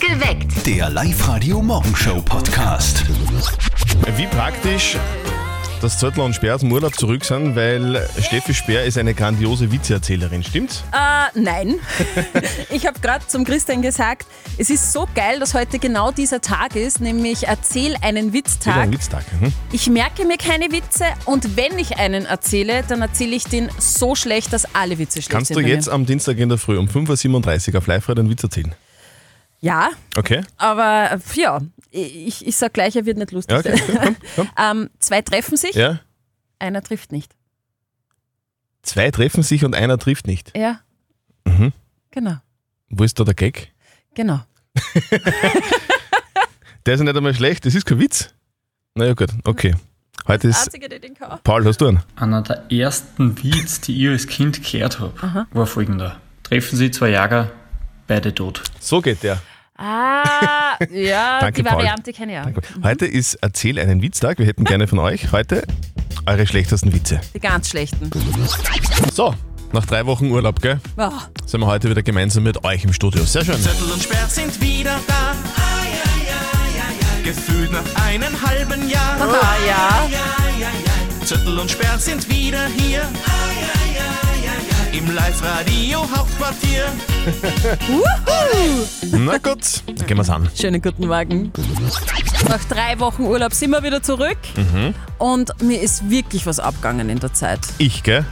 Geweckt. Der Live-Radio-Morgenshow-Podcast. Wie praktisch, dass Zöttler und Sperr aus dem Urlaub zurück sind, weil Steffi Sperr ist eine grandiose Witzeerzählerin, stimmt's? Äh, nein. ich habe gerade zum Christian gesagt, es ist so geil, dass heute genau dieser Tag ist, nämlich Erzähl einen Wieder Witztag. ein Witztag. Hm? Ich merke mir keine Witze und wenn ich einen erzähle, dann erzähle ich den so schlecht, dass alle Witze schlecht Kannst sind. du bei mir. jetzt am Dienstag in der Früh um 5.37 Uhr auf live einen Witz erzählen? Ja, Okay? aber äh, ja, ich, ich sag gleich, er wird nicht lustig Ja, okay. sein. Komm, komm. Ähm, zwei treffen sich, Ja? einer trifft nicht. Zwei treffen sich und einer trifft nicht. Ja. Mhm. Genau, Wo ist da der Gag? genau. Der ist ja nicht einmal schlecht, das ist kein Witz. Naja, gut, okay. Heute ist. Einzige, der den kauft. Paul, hast du einen? Einer der ersten Witz, die ich als Kind gehört habe, war folgender. Treffen Sie zwei Jäger, beide tot. So geht der. Ah, ja, Danke, die Paul. Variante kenne ich auch. Heute ist Erzähl einen Witztag. Wir hätten gerne von euch heute eure schlechtesten Witze. Die ganz schlechten. So, nach drei Wochen Urlaub, gell? Ah. Sind wir heute wieder gemeinsam mit euch im Studio. Sehr schön. Zettel und Sperr sind wieder da. Gefühlt nach einem halben Jahr. Ah, ja. Zettel und Sperr sind wieder hier. Im Live-Radio Hauptquartier. Na gut, dann gehen wir's an. Schönen guten Morgen. Nach drei Wochen Urlaub sind wir wieder zurück und mir ist wirklich was abgegangen in der Zeit. Ich, gell?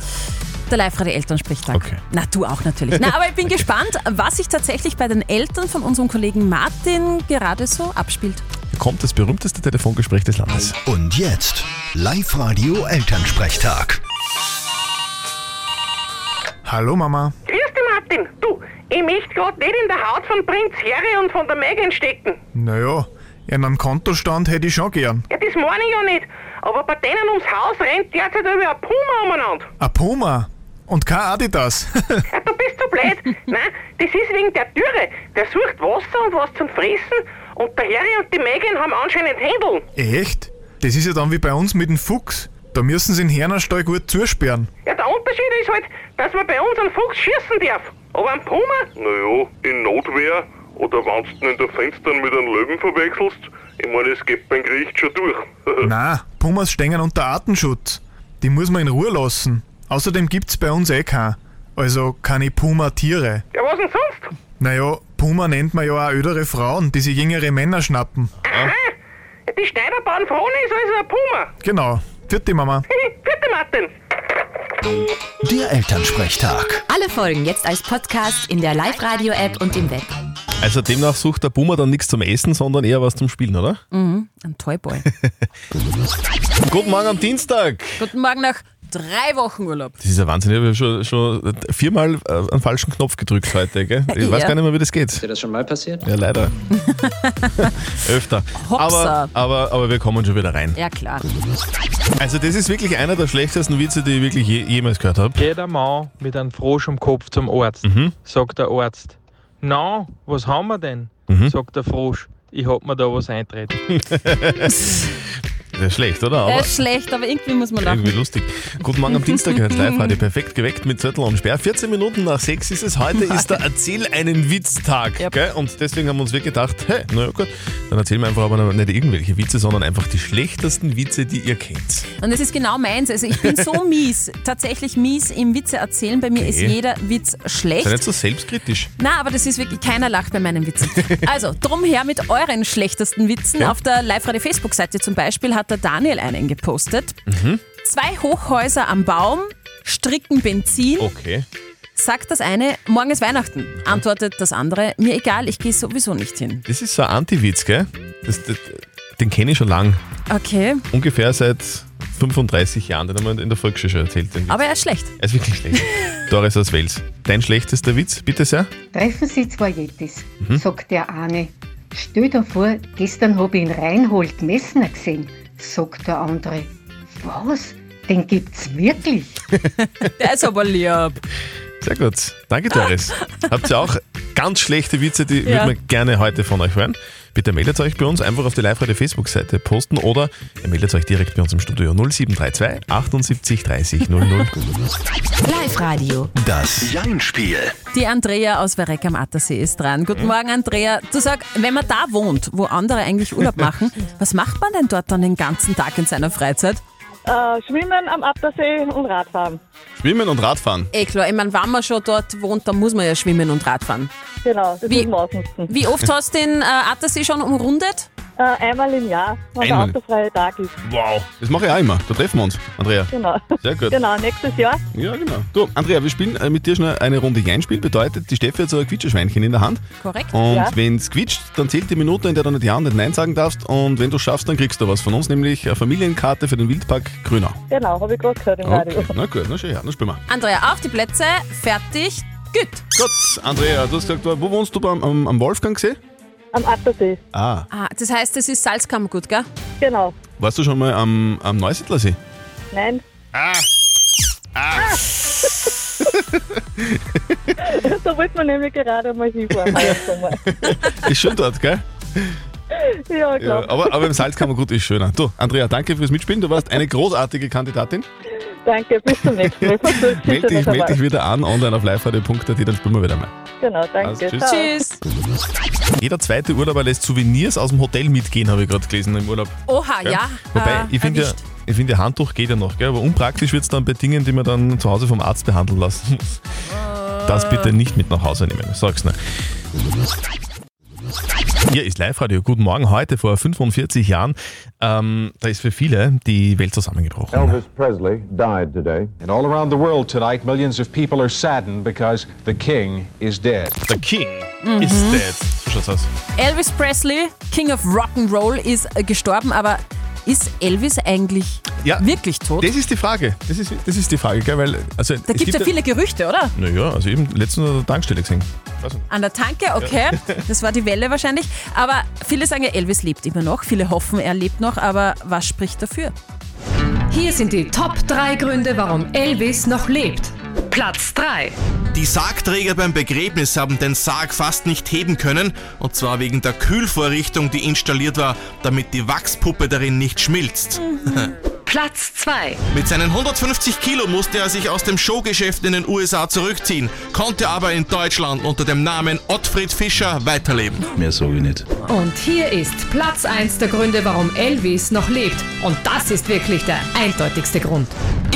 Der Live-Radio Elternsprechtag. Okay. Na, du auch natürlich. Na, aber ich bin gespannt, was sich tatsächlich bei den Eltern von unserem Kollegen Martin gerade so abspielt. Hier kommt das berühmteste Telefongespräch des Landes. Und jetzt Live-Radio Elternsprechtag. Hallo Mama. Grüß dich, Martin. Du, ich möchte gerade nicht in der Haut von Prinz Harry und von der Megan stecken. Naja, einen Kontostand hätte ich schon gern. Ja, das meine ich ja nicht. Aber bei denen ums Haus rennt derzeit über ein Puma umeinander. Ein Puma und kein Adidas. Ja, du bist so blöd. Nein, das ist wegen der Dürre. Der sucht Wasser und was zum Fressen. Und der Harry und die Megan haben anscheinend Händeln. Echt? Das ist ja dann wie bei uns mit dem Fuchs. Da müssen sie den Hernerstall gut zusperren. Ja, der Unterschied ist halt, dass man bei uns einen Fuchs schießen darf. Aber ein Puma? Naja, in Notwehr oder wenn du ihn in der Fenstern mit einem Löwen verwechselst, ich meine, es geht beim Gericht schon durch. Na, Pumas stehen unter Artenschutz. Die muss man in Ruhe lassen. Außerdem gibt's bei uns eh keinen. Also keine Puma-Tiere. Ja, was denn sonst? Naja, Puma nennt man ja auch ödere Frauen, die sich jüngere Männer schnappen. Ja, Die Schneiderbahn vorne ist also ein Puma. Genau. Vierte Mama. Bitte, Martin. Der Elternsprechtag. Alle Folgen jetzt als Podcast in der Live-Radio-App und im Web. Also demnach sucht der Boomer dann nichts zum Essen, sondern eher was zum Spielen, oder? Ein Toyboy. Guten Morgen am Dienstag. guten Morgen nach drei Wochen Urlaub. Das ist ja Wahnsinn. Ich habe ja schon, schon viermal äh, einen falschen Knopf gedrückt heute, gell? Ich weiß Ja. gar nicht mehr, wie das geht. Ist dir das schon mal passiert? Ja, leider. Öfter. Aber, Hopsa. aber, aber wir kommen schon wieder rein. Ja, klar. Also das ist wirklich einer der schlechtesten Witze, die ich wirklich je, jemals gehört habe. Geht ein Mann mit einem Frosch am Kopf zum Arzt, sagt der Arzt. Na, was haben wir denn? sagt der Frosch. Ich hab mir da was eintreten. Das ist schlecht, oder? Er Aber ist Äh, schlecht, aber irgendwie muss man lachen. irgendwie lustig. Guten Morgen am Dienstag, jetzt live heute perfekt geweckt mit Zettel und Sperr. 14 Minuten nach 6 ist es. Heute ist der Erzähl einen Witztag. Ja. Gell? Und deswegen haben wir uns wirklich gedacht, hey, na ja, gut, dann erzählen wir einfach aber nicht irgendwelche Witze, sondern einfach die schlechtesten Witze, die ihr kennt. Und es ist genau meins. Also ich bin so mies, tatsächlich mies im Witze erzählen. Bei mir ist jeder Witz Sei schlecht. nicht so selbstkritisch. Na, aber das ist wirklich, keiner lacht bei meinen Witzen. Also, drum her mit euren schlechtesten Witzen. Ja. Auf der Live-Radio-Facebook-Seite zum Beispiel hat der Daniel einen gepostet. Zwei Hochhäuser am Baum, stricken Benzin, Okay. sagt das eine, morgen ist Weihnachten. Antwortet das andere, mir egal, ich gehe sowieso nicht hin. Das ist so ein Anti-Witz, gell? Das, das, den kenne ich schon lang. Okay, Ungefähr seit 35 Jahren. Den haben wir in der Volksschule schon erzählt. Den Witz. aber er ist schlecht. Er ist wirklich schlecht. Doris aus Wales. Dein schlechtester Witz, bitte sehr. Treffen Sie zwei Yetis, sagt der eine. Stell dir vor, gestern habe ich in Reinhold Messner gesehen, sagt der andere. Was? Den gibt's wirklich? Der ist aber lieb. Sehr gut. Danke, Doris. Habt ihr auch ganz schlechte Witze, die Ja. würden wir gerne heute von euch hören. Bitte meldet euch bei uns einfach auf die live facebook seite posten oder ihr meldet euch direkt bei uns im Studio 0732 78 30 00. Live-Radio. Das Jein-Spiel. Die Andrea aus Verreck am Attersee ist dran. Guten Mhm. Morgen, Andrea. Du sag, wenn man da wohnt, wo andere eigentlich Urlaub machen, was macht man denn dort dann den ganzen Tag in seiner Freizeit? Äh, schwimmen am Attersee und Radfahren. Schwimmen und Radfahren. Eh klar, ich meine, wenn man schon dort wohnt, dann muss man ja schwimmen und Radfahren. Genau, das Wie- ist morgens. Wie oft hast du den äh, Attersee schon umrundet? Äh, einmal im Jahr, wenn Einmal. der autofreie Tag ist. Wow. Das mache ich auch immer. Da treffen wir uns, Andrea. Genau. Sehr gut. Genau, nächstes Jahr. Ja, genau. Du, Andrea, wir spielen äh, mit dir schnell eine Runde Jeinspiel. Bedeutet, die Steffi hat so ein Quietscheschweinchen in der Hand. Korrekt. Und Ja. wenn's quietscht, dann zählt die Minute, in der du nicht Ja und nicht Nein sagen darfst. Und wenn du schaffst, dann kriegst du was von uns, nämlich eine Familienkarte für den Wildpark Grünau. Genau, habe ich gerade gehört im Okay, Radio. na gut, na schön, ja, dann spielen wir. Andrea, auf die Plätze, fertig, gut. Gut, Andrea, du hast gesagt, wo wohnst du beim, am, am Wolfgangsee? Am Attersee. Ah, Ah, das heißt, das ist Salzkammergut, gell? Genau. warst du schon mal am, am Neusiedlersee? Nein. Ah. Ah. da wollte man nämlich gerade mal hinfahren. heuer im Sommer. Ist schön dort, gell? ja, klar. Ja, aber, aber im Salzkammergut ist schöner. Du, Andrea, danke fürs Mitspielen. Du warst eine großartige Kandidatin. Danke, bis zum nächsten Mal. Versuch's bitte Meld dich, noch meld dich einmal. wieder an, online auf liveradio.at, dann spielen wir wieder mal. Genau, Also, danke. tschüss. Jeder zweite Urlauber lässt Souvenirs aus dem Hotel mitgehen, habe ich gerade gelesen im Urlaub. Oha, Gell? ja. Wobei, äh, ich finde ja, erwischt. ich find ja, Handtuch geht ja noch, gell? aber unpraktisch wird es dann bei Dingen, die man dann zu Hause vom Arzt behandeln lassen muss. Das bitte nicht mit nach Hause nehmen, sag's nur. Hier ist Live-Radio. Guten Morgen. Heute vor 45 Jahren, ähm, da ist für viele die Welt zusammengebrochen. Elvis Presley died today. And all around the world tonight, millions of people are saddened because the king is dead. The king Mhm. is dead. So schaut's aus. Elvis Presley, King of Rock'n'Roll, ist äh, gestorben, aber ist Elvis eigentlich Ja, wirklich tot? Das ist die Frage. Das ist, das ist die Frage, gell? Weil, also, Da gibt es ja viele Gerüchte, oder? Naja, also eben letztens an der Tankstelle gesehen. An der Tanke, okay. Ja. Das war die Welle wahrscheinlich. Aber viele sagen ja, Elvis lebt immer noch. Viele hoffen, er lebt noch. Aber was spricht dafür? Hier sind die Top 3 Gründe, warum Elvis noch lebt. Platz 3. Die Sargträger beim Begräbnis haben den Sarg fast nicht heben können, und zwar wegen der Kühlvorrichtung, die installiert war, damit die Wachspuppe darin nicht schmilzt. Platz 2. Mit seinen 150 Kilo musste er sich aus dem Showgeschäft in den USA zurückziehen, konnte aber in Deutschland unter dem Namen Ottfried Fischer weiterleben. Mehr sage ich nicht. Und hier ist Platz 1 der Gründe, warum Elvis noch lebt. Und das ist wirklich der eindeutigste Grund.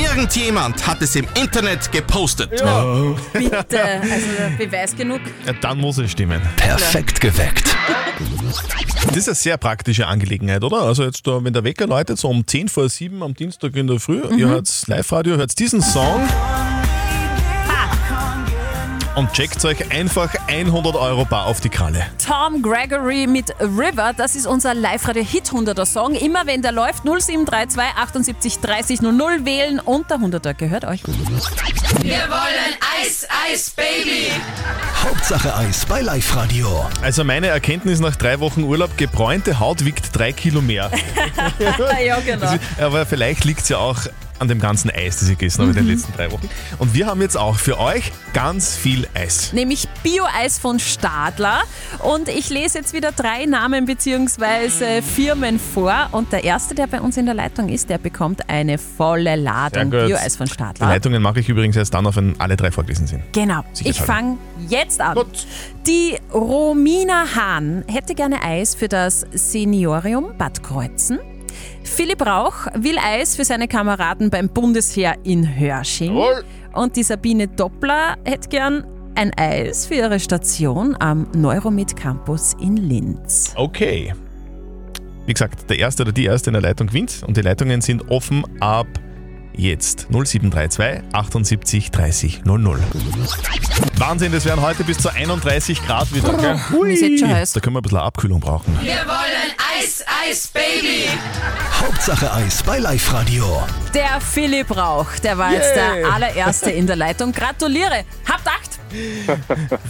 Irgendjemand hat es im Internet gepostet. Oh. Bitte, also Beweis genug. Ja, dann muss es stimmen. Perfekt geweckt. Das ist eine sehr praktische Angelegenheit, oder? Also jetzt, da, wenn der Wecker läutet, so um 10 vor 7 am Dienstag in der Früh, ihr hört Live-Radio, hört diesen Song und checkt euch einfach 100 Euro bar auf die Kralle. Tom Gregory mit River, das ist unser Live-Radio-Hit 100er-Song. Immer wenn der läuft, 0732 78 30 00 wählen und der 100er gehört euch. Wir wollen Eis, Eis, Baby. Hauptsache Eis bei Live-Radio. Also meine Erkenntnis nach drei Wochen Urlaub, gebräunte Haut wiegt drei Kilo mehr. ja, genau. Also, aber vielleicht liegt es ja auch an dem ganzen Eis, das ich gegessen habe in den letzten drei Wochen. Und wir haben jetzt auch für euch ganz viel Eis. nämlich Bio-Eis von Stadler. Und ich lese jetzt wieder drei Namen bzw. Firmen vor. Und der erste, der bei uns in der Leitung ist, der bekommt eine volle Ladung Bio-Eis von Die Stadler. Leitungen mache ich übrigens erst dann auf, wenn alle drei vorgelesen sind. Genau. Ich Sicherheitshalber. fange jetzt an. Die Romina Hahn hätte gerne Eis für das Seniorium Bad Kreuzen. Philipp Rauch will Eis für seine Kameraden beim Bundesheer in Hörsching. Und die Sabine Doppler hätte gern ein Eis für ihre Station am Neuromid Campus in Linz. Okay. Wie gesagt, der Erste oder die Erste in der Leitung gewinnt und die Leitungen sind offen ab jetzt. 0732 78 30 00. Wahnsinn, das wären heute bis zu 31 Grad wieder. Gell? Mir ist jetzt schon heiß. Da können wir ein bisschen Abkühlung brauchen. Wir wollen Eis, Eis, Baby. Hauptsache Eis bei Live-Radio. Der Philipp Rauch, der war jetzt Yay. der allererste in der Leitung. Gratuliere! Habt acht!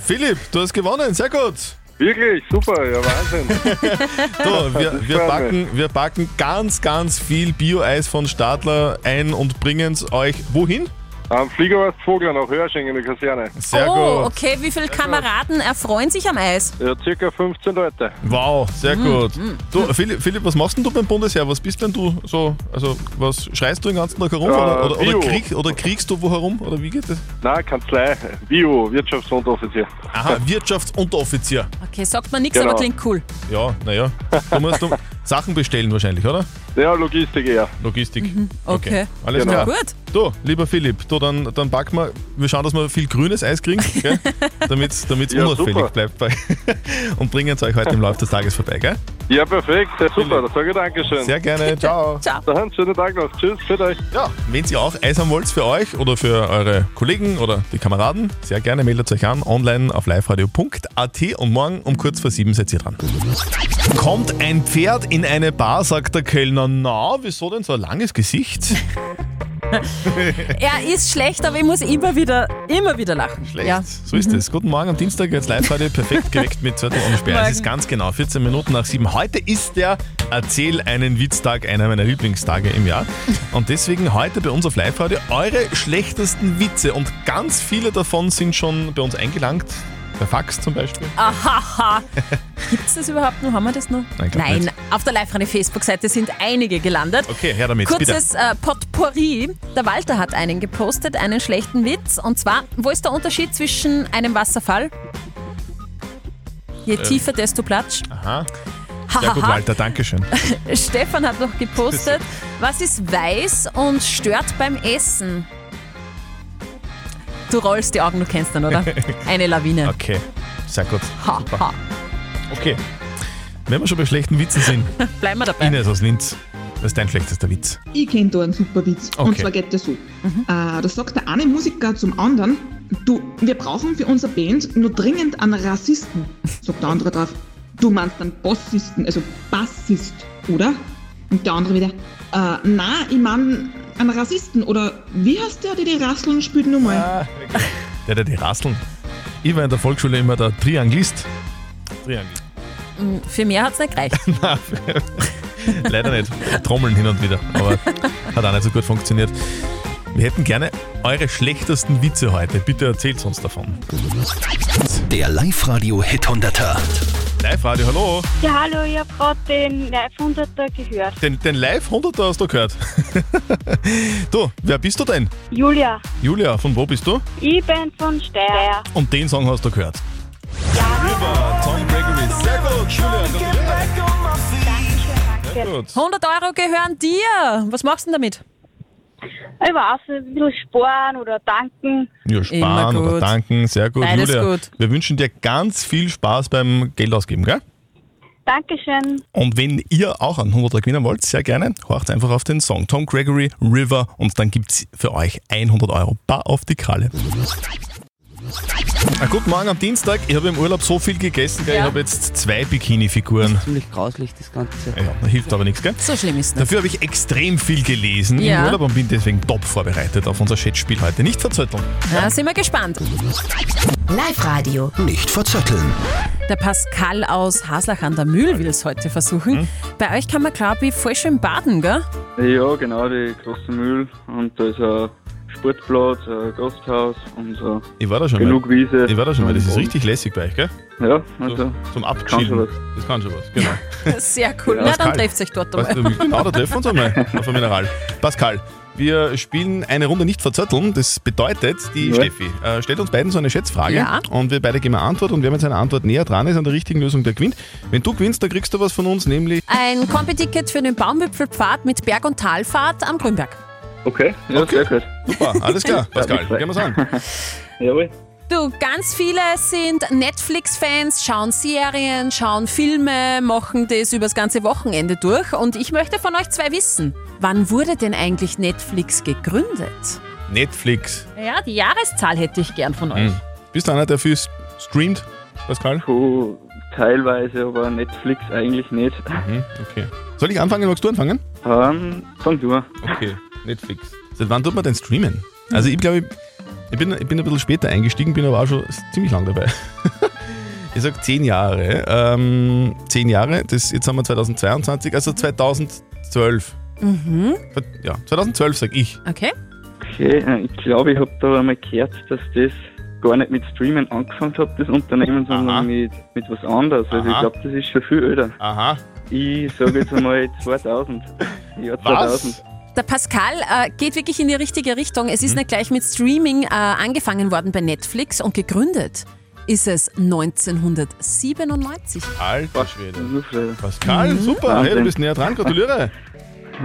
Philipp, du hast gewonnen, sehr gut. Wirklich, super, ja Wahnsinn. So, wir, Das wir, freut backen, wir backen ganz, ganz viel Bio-Eis von Stadler ein und bringen es euch wohin? Am Flieger warst du Vogler nach Hörsching in der Kaserne. oh, okay. Wie viele Kameraden erfreuen sich am Eis? Ja, circa 15 Leute. Wow, sehr Mhm, gut. mhm. Du, Philipp, Philipp, was machst denn du beim Bundesheer? Was bist denn du so? Also, was schreist du den ganzen Tag herum? Äh, oder, oder, Bio. oder, krieg, oder kriegst du wo herum? Oder wie geht das? Nein, Ah, Kanzlei, Bio, Wirtschafts- und Offizier. Aha, Wirtschaftsunteroffizier. Okay, sagt man nichts, Genau. aber klingt cool. Ja, naja. Du musst um Sachen bestellen wahrscheinlich, oder? Ja, Logistik eher. Logistik. Mhm. Okay. Alles Genau. klar. Gut. Du, lieber Philipp, du, dann, dann backen wir, wir schauen, dass wir viel grünes Eis kriegen, damit es Ja, unauffällig super. bleibt. Bei. Und bringen es euch heute im Laufe des Tages vorbei, gell? Ja, perfekt, sehr super, da sage ich Dankeschön. Sehr gerne, ciao. ciao. Dann schönen Tag noch, tschüss, für euch. Ja. Wenn ihr auch Eis haben wollt für euch oder für eure Kollegen oder die Kameraden, sehr gerne meldet euch an online auf liveradio.at und morgen um kurz vor sieben seid ihr dran. Kommt ein Pferd in eine Bar, sagt der Kellner, na, wieso denn so ein langes Gesicht? Er ist schlecht, aber ich muss immer wieder, immer wieder lachen. Schlecht. Ja. Mhm. So ist es. Guten Morgen am Dienstag, jetzt live heute perfekt geweckt mit Zettel und Sperr. Es ist Morgen. ganz genau 14 Minuten nach 7. Heute ist der Erzähl einen Witztag, einer meiner Lieblingstage im Jahr. Und deswegen heute bei uns auf live heute eure schlechtesten Witze. Und ganz viele davon sind schon bei uns eingelangt. Per Fax zum Beispiel. Ah, Ahaha. Gibt es das überhaupt noch? Haben wir das noch? Nein, glaub Nein. nicht. auf der live Facebook-Seite sind einige gelandet. Okay, her damit, Kurzes bitte. äh, Potpourri. Der Walter hat einen gepostet, einen schlechten Witz. Und zwar, wo ist der Unterschied zwischen einem Wasserfall? Je Ähm. tiefer, desto platsch. Aha. Sehr gut, Hahaha. Walter, Dankeschön. Stefan hat noch gepostet, was ist weiß und stört beim Essen? Du rollst die Augen, du kennst den, oder? Eine Lawine. Okay, sehr gut. Ha, ha. Okay. Wenn wir schon bei schlechten Witzen sind, Bleiben wir dabei. Ines aus Linz, was ist dein schlechtester Witz? Ich kenne da einen super Witz. Und Okay. zwar geht der so. Äh, da sagt der eine Musiker zum anderen, du, wir brauchen für unsere Band nur dringend einen Rassisten. Sagt der andere drauf, du meinst einen Bassisten, also Bassist, oder? Und der andere wieder, äh, na, ich meine einen Rassisten, oder wie heißt der, der die Rasseln spielt nochmal? Der, der die Rasseln. Ich war in der Volksschule immer der Trianglist. Trianglist. Mm, Für mehr hat es nicht gereicht. Nein, leider nicht. Trommeln hin und wieder, aber hat auch nicht so gut funktioniert. Wir hätten gerne eure schlechtesten Witze heute. Bitte erzählt uns davon. Der Live-Radio Hit 100er. Live-Radio, hallo. Ja, hallo, ich habe gerade den Live 100 gehört. Den, den Live-100er hast du gehört. du, wer bist du denn? Julia, Julia, von wo bist du? ich bin von Steyr. Und den Song hast du gehört. Sehr gut, Sehr gut. 100 Euro gehören dir. Was machst du denn damit? Ich weiß, ein bisschen sparen oder danken. Ja, sparen Immer oder gut. danken. Sehr gut, Beides Julia. gut. Wir wünschen dir ganz viel Spaß beim Geld ausgeben, gell? Dankeschön. Und wenn ihr auch einen 100er gewinnen wollt, sehr gerne, horcht einfach auf den Song Tom Gregory River und dann gibt's für euch 100 Euro bar auf die Kralle. Ah, guten Morgen am Dienstag. Ich habe im Urlaub so viel gegessen, gell? ich habe jetzt zwei Bikini-Figuren. Ziemlich grauslich das Ganze. Ja, hilft aber nichts, gell? So schlimm ist nicht. Dafür habe ich extrem viel gelesen Ja. im Urlaub und bin deswegen top vorbereitet auf unser Schätzspiel heute. Nicht verzötteln. Da sind wir gespannt. Live-Radio. Nicht verzetteln. Der Pascal aus Haslach an der Mühl will es heute versuchen. Hm? Bei euch kann man, glaube ich, voll schön baden, gell? Ja, genau, die große Mühl und da ist ein Sportplatz, ein Gasthaus und so. Ich war da schon Genug mal. Wiese. Ich war da schon mal. Das ist Und- richtig lässig bei euch, gell? Ja, Zum also. Kann schon Abchillen. was. Das kann schon was, genau. Sehr cool. Ja, Na, Pascal. dann trefft sich dort Weißt du, einmal. genau, da treffen wir uns einmal auf dem Mineral. Pascal, wir spielen eine Runde nicht verzötteln. Das bedeutet, die Ja. Steffi äh, stellt uns beiden so eine Schätzfrage Ja. und wir beide geben eine Antwort und wer mit seiner Antwort näher dran ist an der richtigen Lösung, der gewinnt. Wenn du gewinnst, dann kriegst du was von uns, nämlich... Ein Kombi-Ticket für den Baumwipfelpfad mit Berg- und Talfahrt am Grünberg. Okay, ja, sehr gut. Super, alles klar, Pascal, gehen wir's an. Jawohl. Du, ganz viele sind Netflix-Fans, schauen Serien, schauen Filme, machen das übers ganze Wochenende durch. Und ich möchte von euch zwei wissen, wann wurde denn eigentlich Netflix gegründet? Netflix. Ja, die Jahreszahl hätte ich gern von euch. Hm. Bist du einer, der viel streamt, Pascal? Puh, teilweise, aber Netflix eigentlich nicht. okay. Soll ich anfangen? Magst du anfangen? Ähm, fang du an. Okay, Netflix. Seit wann tut man denn streamen? Also ich glaube, ich, ich, bin, ich bin ein bisschen später eingestiegen, bin aber auch schon ziemlich lang dabei. ich sag zehn Jahre. Ähm, zehn Jahre, das, jetzt haben wir 2022, also 2012. Mhm, Ja, 2012 sag ich. okay. Okay, äh, ich glaube, ich habe da einmal gehört, dass das gar nicht mit Streamen angefangen hat, das Unternehmen, sondern mit, mit was anderes. Also ich Aha. glaube, das ist schon viel älter. Aha. Ich sage jetzt einmal 2000. Jahr 2000. Der Pascal äh, geht wirklich in die richtige Richtung. Es ist nicht gleich mit Streaming äh, angefangen worden bei Netflix und gegründet ist es 1997. Alter Schwede. Pascal, Mhm. super, Wahnsinn. hey, du bist näher dran, gratuliere.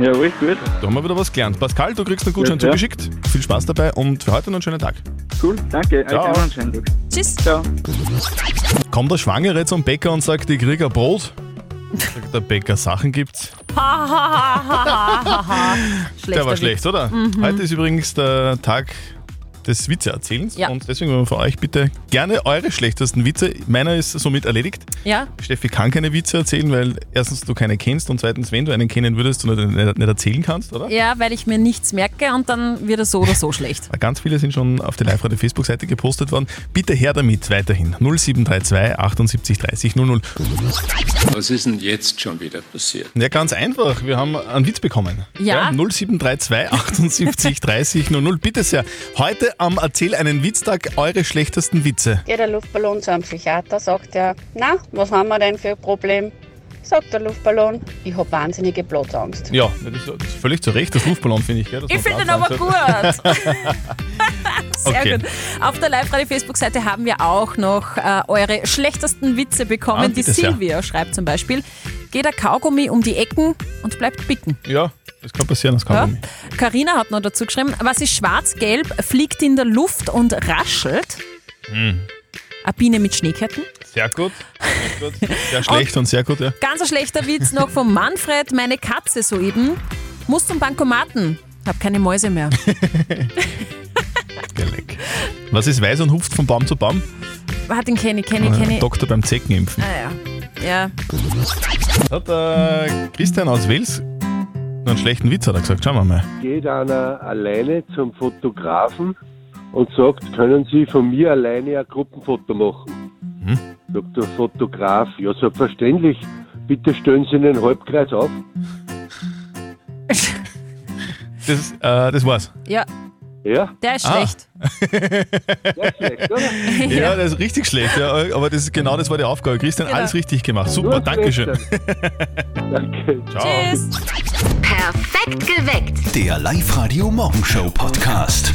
Jawohl, gut. Da haben wir wieder was gelernt. Pascal, du kriegst einen Gutschein Ja, ja. zugeschickt. Viel Spaß dabei und für heute noch einen schönen Tag. Cool, danke. Euch Ciao. auch einen schönen Tag. Tschüss. Ciao. Kommt der Schwangere zum Bäcker und sagt, ich krieg ein Brot. Sagt der Bäcker, Sachen gibt's. Ha, ha, ha, ha, ha, ha. der war Witz. schlecht, oder? Mhm. Heute ist übrigens der Tag des Witzeerzählens Ja. und deswegen wollen wir von euch bitte gerne eure schlechtesten Witze. Meiner ist somit erledigt. Ja, Steffi kann keine Witze erzählen, weil erstens du keine kennst und zweitens, wenn du einen kennen würdest, du nicht, nicht, nicht erzählen kannst, oder? ja, weil ich mir nichts merke und dann wird er so oder so schlecht. Ganz viele sind schon auf der Live-Radio Facebook-Seite gepostet worden. Bitte her damit weiterhin. 0732 78 30 00. Was ist denn jetzt schon wieder passiert? Ja, ganz einfach. Wir haben einen Witz bekommen. Ja. 0732 78 30 00. Bitte sehr. Heute am Erzähl einen Witztag eure schlechtesten Witze. Geht der Luftballon zu einem Psychiater, sagt er, na, was haben wir denn für ein Problem? Sagt der Luftballon, ich habe wahnsinnige Platzangst. Ja, das ist, das ist völlig zu Recht. Das Luftballon finde ich. Gell, dass Ich man finde ihn Platz aber hat. Sehr Okay. gut. Auf der Live-Radio-Facebook-Seite haben wir auch noch äh, eure schlechtesten Witze bekommen. Ah, die bitte sehr. Silvia schreibt zum Beispiel, geht der Kaugummi um die Ecken und bleibt bicken. Ja, das kann passieren. Das kann Ja? man nicht. Carina hat noch dazu geschrieben, was ist schwarz-gelb, fliegt in der Luft und raschelt? Hm. Eine Biene mit Schneeketten. Sehr gut. Sehr, gut. sehr schlecht und, sehr gut, ja. Ganz ein schlechter Witz noch von Manfred, meine Katze soeben, muss zum Bankomaten, hab keine Mäuse mehr. Was ist weiß und hupft von Baum zu Baum? Hat den Kenny, Kenny, Äh, Kenny. Doktor beim Zeckenimpfen. Ah ja. Ja. Hat äh, Christian aus Wels einen schlechten Witz, hat er gesagt. Schauen wir mal. geht einer alleine zum Fotografen und sagt, können Sie von mir alleine ein Gruppenfoto machen? Sagt der Fotograf, ja selbstverständlich, bitte stellen Sie einen Halbkreis auf. Das, äh, das war's. ja. Ja? Der ist Ah. schlecht. Ja, das ist richtig schlecht, ja, aber das ist genau das war die Aufgabe. Christian, Genau. alles richtig gemacht. Super, Nur Dankeschön. Danke. Ciao. Der Live-Radio Morgenshow Podcast.